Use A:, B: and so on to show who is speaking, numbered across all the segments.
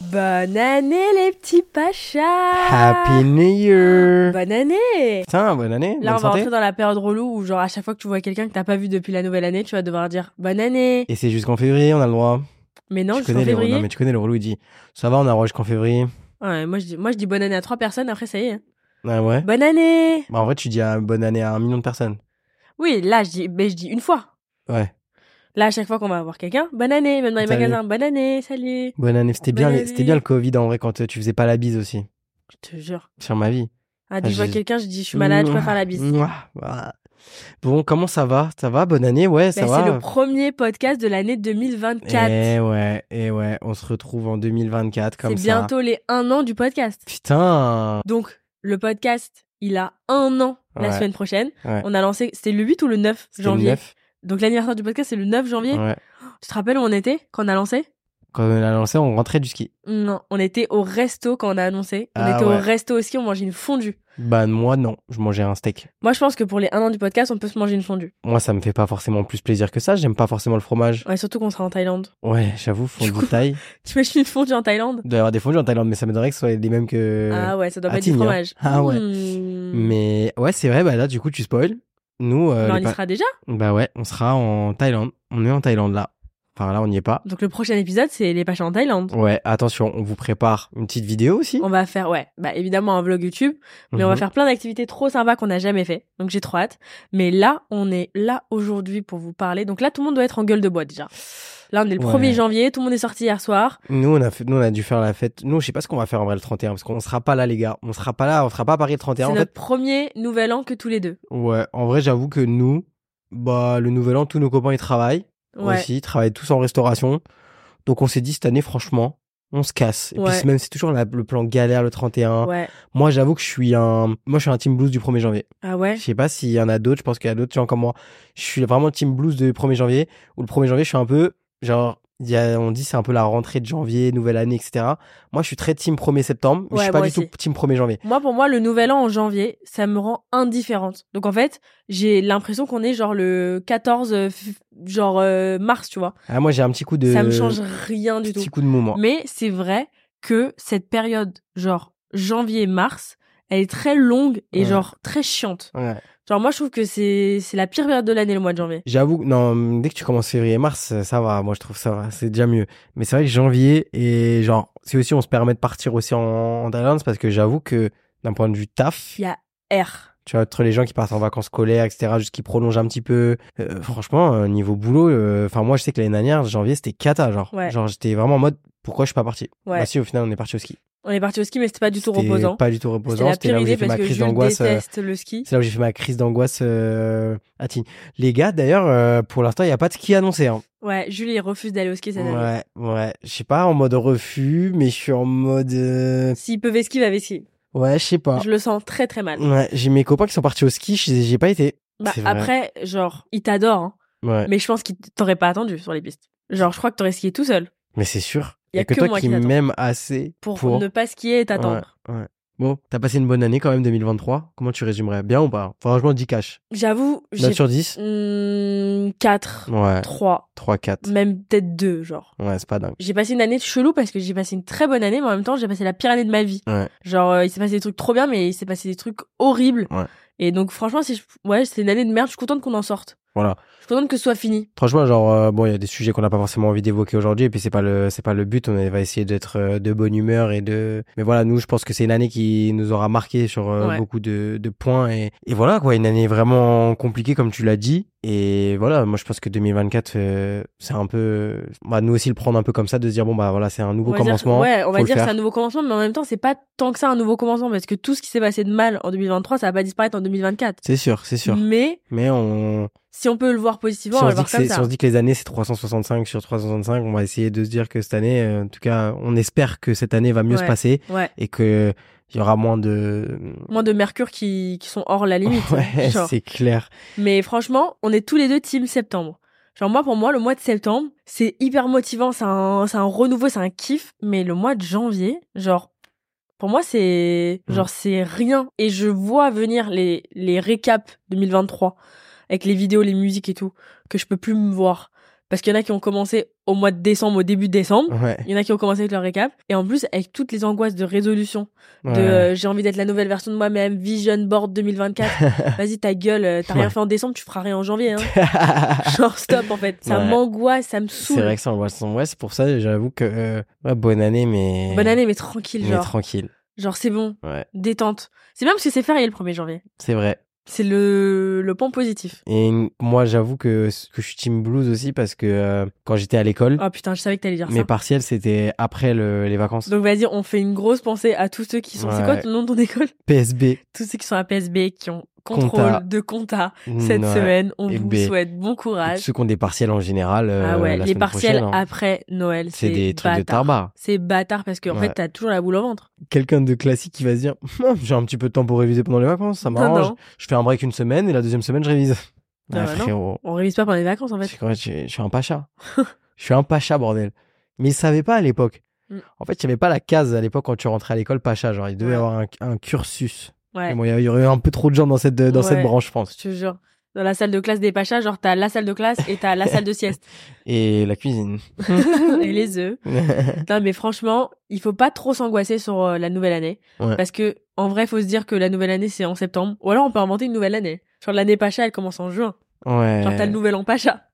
A: Bonne année les petits pachas
B: Happy New Year
A: Bonne année
B: Putain, bonne année,
A: Ah. Bah, Là, on
B: bonne
A: va
B: santé.
A: rentrer dans la période relou où, genre, à chaque fois que tu vois quelqu'un que t'as pas vu depuis la nouvelle année, tu vas devoir dire bonne année.
B: Et c'est jusqu'en février, on a le droit.
A: Mais non,
B: tu
A: jusqu'en
B: connais les
A: février.
B: Non, mais tu connais le relou, il dit Ça va, on a le droit jusqu'en février.
A: Ouais, moi, je dis, moi, je dis bonne année à trois personnes, après, ça y est. hein.
B: Ah ouais
A: Bonne année
B: Bah, en vrai, tu dis ah, bonne année à un million de personnes.
A: Oui, là, je dis, mais je dis une fois.
B: Ouais.
A: Là, à chaque fois qu'on va voir quelqu'un, bonne année, même dans les
B: Salut.
A: magasins, bonne année, salut.
B: Bonne année. C'était bien,
A: Bonne
B: les-
A: année.
B: c'était bien le Covid en vrai quand euh, tu faisais pas la bise aussi.
A: Je te jure.
B: Sur ma vie.
A: Ah, dès que je vois
B: j'ai-
A: quelqu'un, je dis, je suis malade, je peux pas faire la bise.
B: Mouah, mouah. Bon, comment ça va Ça va Bonne année Ouais, ça
A: Mais
B: va.
A: Bah, Ben, c'est le premier podcast de l'année 2024.
B: Et ouais, et ouais, on se retrouve en 2024 comme
A: c'est
B: ça.
A: bientôt les un an du podcast.
B: Putain
A: Donc, le podcast, il a un an la
B: Ouais.
A: semaine prochaine.
B: Ouais.
A: On a lancé, c'était le 8 ou le 9
B: C'était le
A: janvier.
B: 9.
A: Donc, l'anniversaire du podcast, c'est le 9 janvier.
B: Ouais.
A: Tu te rappelles où on était quand on a lancé
B: Quand on a lancé, on rentrait du ski.
A: Non, on était au resto quand on a annoncé. On
B: Ah
A: était
B: ouais.
A: au resto aussi, on mangeait une fondue.
B: Bah, moi, non, je mangeais un steak.
A: Moi, je pense que pour les un an du podcast, on peut se manger une fondue.
B: Moi, ça me fait pas forcément plus plaisir que ça. J'aime pas forcément le fromage.
A: Ouais, surtout qu'on sera en Thaïlande.
B: Ouais, j'avoue,
A: Du coup-
B: fondue Thaï.
A: Tu imagines une fondue en Thaïlande
B: Il doit y avoir des fondues en Thaïlande, mais ça m'étonnerait que ce soit les mêmes que.
A: Ah ouais, ça doit
B: à
A: pas être du
B: Tignes, hein.
A: fromage.
B: Euh, Ah ouais.
A: Mmh.
B: Mais ouais, c'est vrai, bah là, du coup, tu spoil. Nous, euh,
A: Mais Ben, on
B: les
A: y
B: pa-
A: sera déjà.
B: bah ouais, on sera en Thaïlande. On est en Thaïlande là. Enfin, là, on n'y est pas.
A: Donc, le prochain épisode, c'est les pachas en Thaïlande.
B: Ouais, attention, on vous prépare une petite vidéo aussi.
A: On va faire, ouais, bah évidemment un vlog YouTube, mais on va
B: Mhm.
A: faire plein d'activités trop sympas qu'on n'a jamais fait. Donc j'ai trop hâte. Mais là, on est là aujourd'hui pour vous parler. Donc là, tout le monde doit être en gueule de bois déjà. Là, on est le
B: Ouais.
A: 1er janvier, tout le monde est sorti hier soir.
B: Nous, on a, fait... Nous, on a dû faire la fête. Nous, je sais pas ce qu'on va faire en vrai le 31, parce qu'on sera pas là, les gars. On sera pas là, on sera pas à Paris le
A: C'est
B: 31. En
A: notre
B: fait,
A: premier nouvel an que tous les deux.
B: ouais, en vrai, j'avoue que nous, bah, le nouvel an, tous nos copains, ils travaillent.
A: Ouais.
B: aussi, ils travaillent tous en restauration. Donc on s'est dit cette année, franchement, on se casse. Et puis
A: Ouais.
B: c'est même c'est toujours la- le plan galère le 31.
A: Ouais.
B: Moi j'avoue que je suis un, moi je suis un team blues du 1er janvier.
A: Ah ouais.
B: Je sais pas s'il y en a d'autres, je pense qu'il y a d'autres gens comme moi. Je suis vraiment team blues du 1er janvier. Ou le 1er janvier, je suis un peu genre, il y a- on dit c'est un peu la rentrée de janvier, nouvelle année, etc. Moi je suis très team 1er septembre, mais
A: Ouais,
B: je suis pas
A: moi
B: du
A: aussi.
B: tout team 1er janvier.
A: Moi, pour moi, le nouvel an en janvier, ça me rend indifférente. Donc en fait, j'ai l'impression qu'on est genre le 14, euh, f- genre euh, mars, tu vois.
B: Ah, moi j'ai un petit coup de,
A: Ça me change rien du tout. Mm.
B: petit coup de moment.
A: Mais c'est vrai que cette période, genre janvier-mars, elle est très longue et
B: Ouais.
A: genre très chiante.
B: Ouais.
A: Genre moi je trouve que c'est c'est la pire période de l'année le mois de janvier.
B: J'avoue, que- non, dès que tu commences février, mars, euh, ça va. Moi, je trouve ça va, c'est déjà mieux. Mais c'est vrai que janvier et genre, c'est aussi, on se permet de partir aussi en, en Thaïlande c'est parce que j'avoue que d'un point de vue taf,
A: Il y a R.
B: tu vois, entre les gens qui partent en vacances scolaires, etc., juste qui prolongent un petit peu. euh, franchement, euh, niveau boulot, euh, enfin, moi, je sais que l'année dernière, janvier, c'était cata, genre.
A: Ouais.
B: Genre, j'étais vraiment en mode, pourquoi je suis pas parti?
A: Ouais.
B: Bah, si, au final, on est parti au ski.
A: On est parti au ski mais c'était pas du tout
B: C'était
A: reposant.
B: Pas du tout
A: C'était
B: reposant.
A: la
B: C'était
A: pire
B: là où
A: idée
B: j'ai fait
A: parce
B: ma
A: que
B: crise
A: je
B: d'angoisse. euh,
A: déteste le ski.
B: C'est là où j'ai fait ma crise d'angoisse euh, à Tignes. Les gars, d'ailleurs, euh, pour l'instant, il n'y a pas de ski annoncé. Hein.
A: Ouais, Julie il refuse d'aller au ski cette année.
B: Ouais, ouais. Je sais pas en mode refus, mais je suis en mode. euh,
A: S'il peut ski, va ski.
B: Ouais, je sais pas.
A: Je le sens très très mal.
B: Ouais, j'ai mes copains qui sont partis au ski, j'ai j'ai pas été.
A: Bah
B: C'est vrai.
A: après genre il t'adore hein,
B: Ouais. Mais,
A: mais je pense qu'il t'aurait pas attendu sur les pistes. Genre je crois que t'aurais skié tout seul
B: c'est sûr.
A: Y a
B: Y a que
A: que
B: toi
A: moi
B: qui
A: qui l'attends.
B: m'aimes assez
A: pour,
B: pour.
A: ne pas skier et t'attendre.
B: Ouais, ouais. Bon, t'as passé une bonne année quand même 2023. Comment tu résumerais Bien ou pas Franchement, 10 cash.
A: J'avoue,
B: 9
A: j'ai Mm.
B: sur 10
A: 4,
B: Ouais,
A: 3,
B: 3, 4.
A: Hmm, même peut-être 2, genre.
B: Ouais, c'est pas dingue.
A: J'ai passé une année de chelou parce que j'ai passé une très bonne année, mais en même temps, j'ai passé la pire année de ma vie.
B: Ouais.
A: Genre, euh, il s'est passé des trucs trop bien, mais il s'est passé des trucs horribles.
B: Ouais.
A: Et donc, franchement, si je... ouais, c'est une année de merde, je suis contente qu'on en sorte.
B: Voilà.
A: Je suis contente que ce soit fini.
B: Franchement, genre, euh, bon, il y a des sujets qu'on n'a pas forcément envie d'évoquer aujourd'hui, et puis c'est pas le, c'est pas le but. On va essayer d'être euh, de bonne humeur et de. Mais voilà, nous, je pense que c'est une année qui nous aura marqué sur euh,
A: Ouais.
B: beaucoup de, de points et, et voilà quoi, une année vraiment compliquée comme tu l'as dit. Et voilà, moi je pense que 2024, euh, c'est un peu, bah nous aussi le prendre un peu comme ça, de se dire bon bah voilà, c'est un nouveau
A: on va
B: commencement.
A: Dire, ouais, on va
B: faut le
A: dire que c'est
B: faire.
A: un nouveau commencement, mais en même temps, c'est pas tant que ça un nouveau commencement parce que tout ce qui s'est passé de mal en 2023, ça va pas disparaître en 2024.
B: C'est sûr, c'est sûr.
A: Mais
B: Mais on,
A: si Mm. on peut le voir
B: si
A: positivement, on
B: on,
A: va le
B: se dit
A: voir
B: que
A: comme
B: c'est-
A: ça.
B: si on se dit que les années c'est 365 sur 365, on va essayer de se dire que cette année, euh, en tout cas, on espère que cette année va mieux se
A: Ouais.
B: passer.
A: Ouais.
B: et que il y aura moins de
A: Moins de mercure qui, qui sont hors la limite. hein,
B: ouais
A: genre.
B: c'est clair
A: Mais franchement, on est tous les deux team septembre. Genre moi, pour moi, le mois de septembre, c'est hyper motivant, c'est un, c'est un renouveau, c'est un kiff. Mais le mois de janvier, genre, pour moi, c'est
B: Mm.
A: genre c'est rien. Et je vois venir les, les récaps 2023, avec les vidéos, les musiques et tout, que je peux plus me voir. Parce qu'il y en a qui ont commencé au mois de décembre, au début de décembre.
B: ouais,
A: Il y en a qui ont commencé avec leur récap. Et en plus, avec toutes les angoisses de résolution,
B: ouais.
A: de euh, j'ai envie d'être la nouvelle version de moi-même, Vision Board 2024. Vas-y, ta gueule, euh, t'as rien
B: Ouais.
A: fait en décembre, tu feras rien en janvier. Hein. Genre, stop en fait. Ça
B: Ouais.
A: m'angoisse, ça me
B: c'est
A: saoule.
B: vrai que ça envoie son ouais c'est pour ça j'avoue que euh, ouais, bonne année mais
A: Bonne année, mais tranquille,
B: mais
A: genre.
B: tranquille
A: Genre, c'est bon,
B: ouais
A: détente. C'est bien parce que c'est férié le 1er janvier.
B: c'est vrai
A: C'est le, le point positif.
B: et une- moi j'avoue que que je suis team blues aussi parce que euh, quand j'étais à l'école
A: Oh putain, je savais que t'allais dire
B: mes
A: ça.
B: partiels c'était après le- les vacances
A: Donc, vas-y, on fait une grosse pensée à tous ceux qui sont. C'est quoi
B: Ouais.
A: le nom de ton école
B: PSB
A: Tous ceux qui sont à PSB, qui ont
B: Compta.
A: contrôle de compta cette
B: Ouais.
A: semaine. On
B: Et
A: vous
B: B.
A: souhaite bon courage.
B: ceux qui ont des partiels en général euh,
A: ah ouais,
B: la
A: les
B: semaine
A: partiels
B: prochaine, hein.
A: après Noël, c'est
B: c'est des trucs de
A: bâtard.
B: tarbar
A: C'est bâtard parce qu'en
B: Ouais.
A: fait, t'as toujours la boule au ventre.
B: quelqu'un de classique qui va se dire Hum, j'ai un petit peu de temps pour réviser pendant les vacances, ça
A: Non,
B: m'arrange.
A: non.
B: Bah, Je fais un break une semaine et la deuxième semaine je révise.
A: Ah
B: Ouais,
A: bah non.
B: frérot,
A: On révise pas pendant les vacances, en
B: tu
A: fait.
B: sais quoi, je je suis un pacha. je suis un pacha bordel. Mais ils savaient pas à l'époque.
A: Mm.
B: En fait, il y avait pas la case à l'époque quand tu rentrais à l'école pacha, genre il devait y
A: Ouais.
B: avoir un, un cursus.
A: Ouais,
B: Mais bon, il y a- il y aurait eu un peu trop de gens dans cette dans cette
A: Ouais.
B: branche, je pense.
A: je te jure. Dans la salle de classe des Pachas, genre, t'as la salle de classe et t'as la salle de sieste.
B: Et la cuisine.
A: et les œufs.
B: ouais,
A: Non, mais franchement, il faut pas trop s'angoisser sur euh, la nouvelle année.
B: Ouais.
A: Parce que, en vrai, faut se dire que la nouvelle année, c'est en septembre. Ou alors, on peut inventer une nouvelle année. Genre, l'année Pacha, elle commence en juin. Genre, t'as le nouvel an Pacha.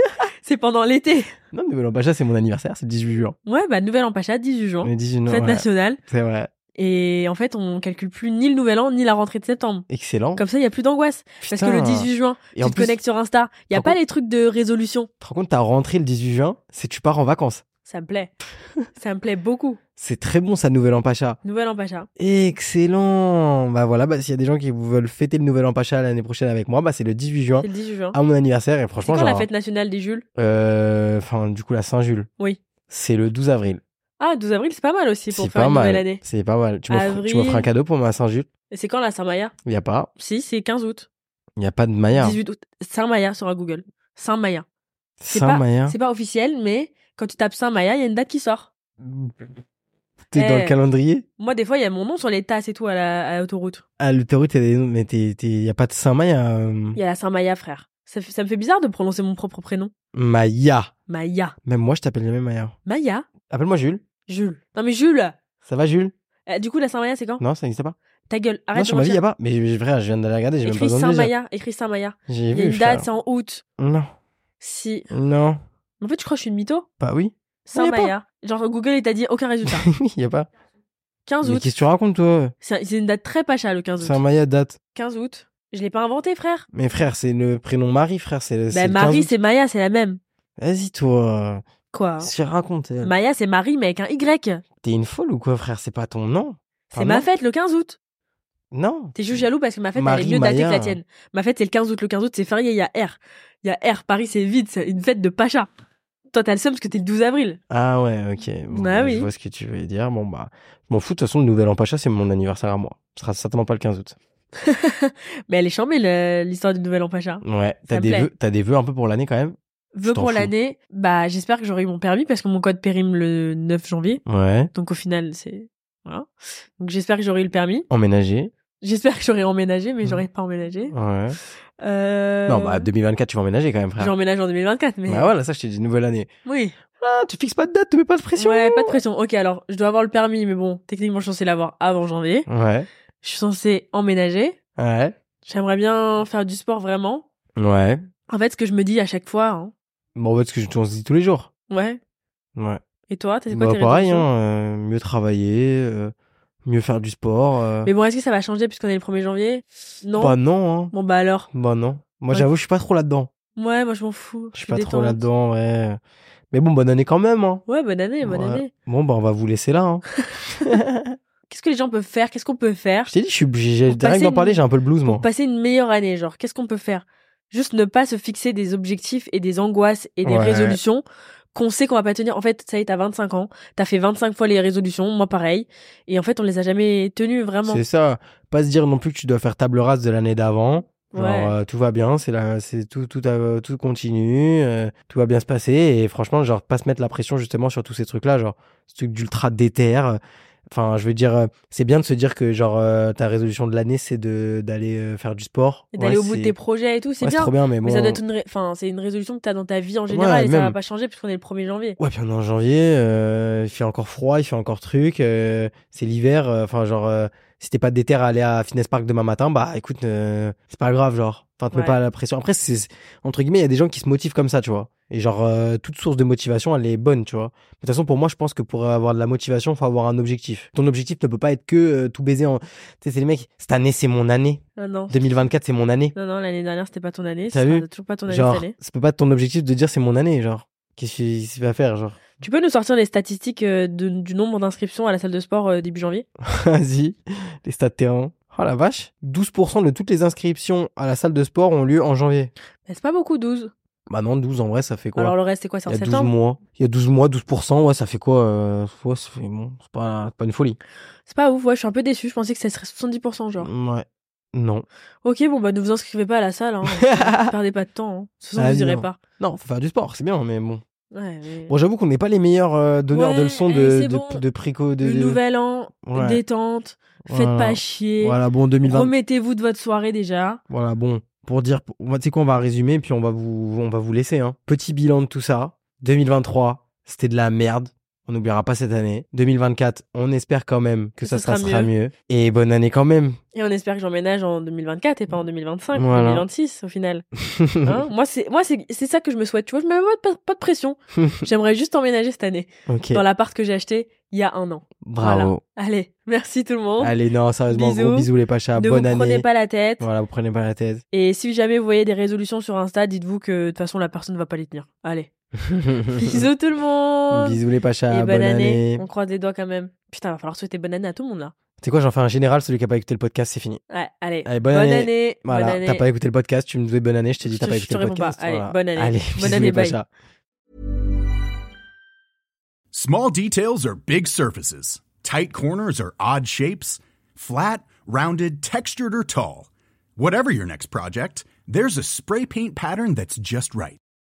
A: c'est pendant l'été.
B: Non, mais le pacha c'est mon anniversaire, c'est le 18 juin.
A: Ouais, bah, nouvel an Pacha, 18 juin.
B: Le 18 juin.
A: Fête
B: ouais.
A: nationale.
B: C'est vrai.
A: Et en fait, on calcule plus ni le nouvel an, ni la rentrée de septembre.
B: Excellent.
A: Comme ça, il y a plus d'angoisse. Parce que le
B: Oh. Putain.
A: 18 juin,
B: Et
A: tu
B: en
A: te
B: plus,
A: connectes sur Insta. Il n'y a
B: Par
A: pas
B: contre-
A: les trucs de résolution.
B: Tu te rends compte, t'as rentré le 18 juin, c'est tu pars en vacances.
A: Ça me plaît. ça me plaît beaucoup.
B: C'est très bon ça, Nouvel An Pacha.
A: Nouvelle en Pacha.
B: Excellent Bah voilà, bah, s'il y a des gens qui veulent fêter le Nouvel An Pacha l'année prochaine avec moi, bah c'est le 18 juin,
A: C'est le 18 juin.
B: à mon anniversaire, et
A: c'est
B: Ah, franchement,
A: quand la
B: genre...
A: fête nationale des Jules
B: euh, Enfin, du coup, la Saint-Jules.
A: Oui.
B: C'est le 12 avril.
A: Ah, 12 avril, c'est pas mal aussi pour
B: C'est
A: faire
B: pas
A: une
B: mal.
A: nouvelle année.
B: C'est pas mal. Tu m'offres tu m'offres
A: Avril.
B: un cadeau pour ma Saint-Jules
A: Et c'est quand la Saint-Maya
B: Il n'y a pas.
A: Si, c'est 15 août.
B: Il n'y a pas de Maya.
A: 18 août. Saint-Maya sera Google. Saint-Maya. c'est pas-
B: Saint-Maya.
A: C'est pas officiel, mais quand tu tapes Saint-Maya, il y a une date qui sort.
B: T'es dans
A: Eh.
B: le calendrier
A: Moi, des fois, il y a mon nom sur les tasses et tout à la- à l'autoroute.
B: À l'autoroute, il y a des noms, mais t'es- t'es- il n'y a pas de Saint-Maya. euh,
A: il y a la Saint-Maya, frère. Ça, fait- ça me fait bizarre de prononcer mon propre prénom.
B: Maya.
A: Maya.
B: Même moi, je t'appelle jamais Maya.
A: Maya
B: Appelle-moi Jules.
A: Jules. Non, mais Jules
B: Ça va, Jules
A: Euh, Du coup, la Saint-Maya, c'est quand
B: Non, ça n'existe pas.
A: Ta gueule, arrête
B: non,
A: de
B: sur ma vie, il
A: mentir.
B: n'y a pas. Mais j'ai- frère, je viens d'aller regarder, j'ai même
A: Écris
B: pas besoin de le dire.
A: Saint-Maya, écris Saint-Maya.
B: J'ai
A: Il y a
B: vu.
A: une date,
B: frère.
A: c'est en août.
B: Non,
A: Si.
B: non.
A: En fait, tu crois que je suis une mytho
B: Bah oui. y a pas.
A: Saint-Maya. Genre, Google, il t'a dit aucun résultat.
B: Il n'y a pas.
A: 15
B: Mais
A: août.
B: qu'est-ce que tu racontes, toi
A: C'est c'est une date très pacha, le 15 août.
B: Saint-Maya date.
A: 15 août. Je l'ai pas inventé, frère.
B: Mais frère, c'est le prénom Marie, frère. C'est le. c'est
A: Bah,
B: le
A: Marie,
B: 15 août.
A: c'est Maya, c'est Ah. la même.
B: Vas-y, toi.
A: Quoi hein.
B: C'est raconté.
A: Maya, c'est Marie, mais avec un Y.
B: T'es une folle ou quoi, frère C'est pas ton nom
A: C'est
B: Ah,
A: ma
B: non.
A: fête, le 15 août.
B: Non.
A: T'es juste jaloux parce que ma fête,
B: Marie,
A: elle est mieux datée
B: Maya.
A: que la tienne. Ma fête, c'est le 15 août. Le 15 août, c'est férié, il y a R. Il y a R. Paris, c'est vide. C'est une fête de pacha. Toi, t'as le seum parce que t'es le 12 avril.
B: Ah ouais, ok. Bon,
A: Bah
B: bah,
A: oui.
B: Je vois ce que tu veux dire. Bon, bah. Je m'en fous. De toute façon, le Nouvel An Pacha, c'est mon anniversaire à moi. Ce sera certainement pas le 15 août.
A: Mais elle est chambée, le- l'histoire du nouvel an pacha.
B: Ouais. T'as
A: me
B: des,
A: plaît.
B: vœux, t'as des vœux un peu pour l'année quand même
A: Vœux
B: t'en
A: pour
B: fous.
A: l'année, bah j'espère que j'aurai eu mon permis parce que mon code périme le 9 janvier.
B: Ouais.
A: Donc au final, c'est Voilà. Donc j'espère que j'aurai eu le permis.
B: Emménager.
A: J'espère que j'aurai emménagé, mais
B: Mhm.
A: j'aurai pas emménagé.
B: Ouais.
A: Euh...
B: Non, bah 2024, tu vas emménager quand même, frère.
A: J'emménage en 2024, mais
B: Bah voilà, ça, je t'ai dit, nouvelle année.
A: oui.
B: Ah, tu fixes pas de date, tu mets pas de pression.
A: Ouais, pas de pression. Ok, alors je dois avoir le permis, mais bon, techniquement, je suis censée l'avoir avant janvier.
B: Ouais.
A: Je suis censée emménager.
B: Ouais.
A: J'aimerais bien faire du sport vraiment.
B: Ouais.
A: En fait, ce que je me dis à chaque fois, hein.
B: Bon, en fait, ce que je- on se dit tous les jours.
A: ouais.
B: Ouais.
A: Et toi, t'as quoi
B: Bah,
A: tes
B: pareil,
A: résolutions
B: hein, euh, mieux travailler, euh, mieux faire du sport. euh.
A: Mais bon, est-ce que ça va changer puisqu'on est le 1er janvier Non.
B: Bah non, hein.
A: Bon, bah alors.
B: Bah non. Moi,
A: Ouais.
B: j'avoue, je suis pas trop là-dedans.
A: Ouais, moi, je m'en fous.
B: Je suis pas trop
A: détente.
B: là-dedans, ouais. Mais bon, bonne année quand même, hein.
A: Ouais, bonne année, bonne
B: Ouais.
A: année.
B: Bon, bah, on va vous laisser là, hein.
A: Qu'est-ce que les gens peuvent faire Qu'est-ce qu'on peut faire
B: Je t'ai dit, je suis obligé.
A: Pour
B: Rien que
A: passer
B: d'en
A: une-
B: parler, j'ai un peu le blues, moi.
A: Pour passer une meilleure année, genre, qu'est-ce qu'on peut faire Juste ne pas se fixer des objectifs et des angoisses et des
B: Ouais.
A: résolutions qu'on sait qu'on va pas tenir. En fait, ça y est, t'as 25 ans, t'as fait 25 fois les résolutions, moi pareil, et en fait, on les a jamais tenues vraiment.
B: C'est ça. Pas se dire non plus que tu dois faire table rase de l'année d'avant. Genre,
A: Ouais.
B: euh, tout va bien, c'est là, c'est tout, tout, euh, tout continue, euh, tout va bien se passer. Et franchement, genre, pas se mettre la pression justement sur tous ces trucs-là, genre, ce truc d'ultra déter. euh, Enfin, je veux dire, euh, c'est bien de se dire que, genre, euh, ta résolution de l'année, c'est de, d'aller euh, faire du sport.
A: Et D'aller
B: Ouais,
A: au bout de
B: c'est-
A: tes projets et tout, c'est
B: ouais,
A: bien.
B: trop bien, mais bon.
A: Mais ça doit être une, ré- enfin, c'est une résolution que t'as dans ta vie en général et ça va
B: même.
A: pas changer puisqu'on est le 1er janvier.
B: Ouais, puis on est en janvier, euh, il fait encore froid, il fait encore truc, euh, c'est l'hiver, euh, enfin genre, euh, si t'es pas déter à aller à Fitness Park demain matin, bah écoute, euh, c'est pas grave, genre, enfin te mets
A: Ouais.
B: pas la pression. Après, c'est, c'est- entre guillemets, il y a des gens qui se motivent comme ça, tu vois. Et genre, euh, toute source de motivation, elle est bonne, tu vois. De toute façon, pour moi, je pense que pour avoir de la motivation, faut avoir un objectif. Ton objectif ne peut pas être que euh, tout baiser en... Tu sais, c'est les mecs, cette année, c'est mon année.
A: Non, non.
B: 2024, c'est mon année.
A: Non, non, l'année dernière, c'était pas ton année.
B: T'as
A: ça
B: vu
A: sera toujours pas ton année
B: Genre,
A: cette année.
B: ça peut pas être ton objectif de dire c'est mon année, genre. Qu'est-ce qu'il qu'il va faire, genre
A: Tu peux nous sortir les statistiques euh, de- du nombre d'inscriptions à la salle de sport euh, début janvier
B: Vas-y, les stades terrain. Oh la vache, 12% de toutes les inscriptions à la salle de sport ont lieu en janvier.
A: Bah, C'est pas beaucoup, 12.
B: Bah non, 12 en vrai, ça fait quoi
A: Alors le reste, c'est quoi C'est
B: Il
A: en
B: y a 12
A: septembre
B: mois. Il y a 12 mois, 12%, ouais, ça fait quoi euh, ouais, ça fait- bon, C'est pas, c'est pas une folie.
A: C'est pas ouf, ouais, je suis un peu déçu. Je pensais que ça serait 70%, genre.
B: Ouais. Non.
A: Ok, bon, bah ne vous inscrivez pas à la salle, hein. Ne perdez pas de temps. hein. De toute façon,
B: Ah,
A: vous irez
B: non.
A: pas.
B: Non, faut faire du sport, c'est bien, mais bon.
A: Ouais, mais...
B: Bon, j'avoue qu'on n'est pas les meilleurs euh, donneurs de
A: Mm. Ouais,
B: leçons
A: eh,
B: de,
A: c'est
B: de,
A: bon.
B: de préco. De,
A: Le
B: de-
A: nouvel an,
B: Ouais.
A: détente, faites
B: Voilà.
A: pas chier.
B: Voilà, bon, 2020.
A: Remettez-vous de votre soirée déjà.
B: Voilà, bon, pour dire, on va- tu sais quoi, on va résumer, puis on va vous, on va vous laisser. Hein. Petit bilan de tout ça. 2023, c'était de la merde. On n'oubliera pas cette année. 2024, on espère quand même que,
A: Que
B: ça
A: ce
B: sera,
A: sera
B: sera mieux. Et bonne année quand même.
A: Et on espère que j'emménage en 2024 et pas en 2025,
B: Voilà.
A: 2026 au final. Hein moi, c'est moi c'est c'est ça que je me souhaite. Tu vois, je me mets pas, pas de pression. J'aimerais juste emménager cette année
B: ok,
A: dans l'appart que j'ai acheté il y a un an.
B: bravo.
A: Allez, merci tout le monde.
B: Allez, non, sérieusement,
A: Bisous.
B: gros bisous les pachas.
A: ne
B: bonne
A: vous prenez
B: année.
A: pas la tête.
B: Voilà, vous prenez pas la tête.
A: Et si jamais vous voyez des résolutions sur Insta, dites-vous que de toute façon la personne ne va pas les tenir. Allez, bisous tout le monde.
B: bisous les
A: Et
B: pachas.
A: bonne, année.
B: année.
A: On croise les doigts quand même. Putain, va falloir souhaiter bonne année à tout le monde là.
B: Tu sais quoi, j'en fais un général, celui qui a pas écouté le podcast, c'est fini.
A: Ouais, allez.
B: Allez, bonne année.
A: Bonne
B: Voilà,
A: année.
B: t'as pas écouté le podcast, tu me devais bonne année, je t'ai dit
A: Je
B: t'as
A: te-
B: pas
A: je te
B: écouté le
A: réponds pas.
B: podcast.
A: Allez,
B: voilà.
A: bonne année.
B: Allez,
A: Bonne
B: bisous
A: année,
B: les
A: bye.
B: pachas.
C: Small details are big surfaces. Tight corners are odd shapes. Flat, rounded, textured, or tall. Whatever your next project, there's a spray paint pattern that's just right.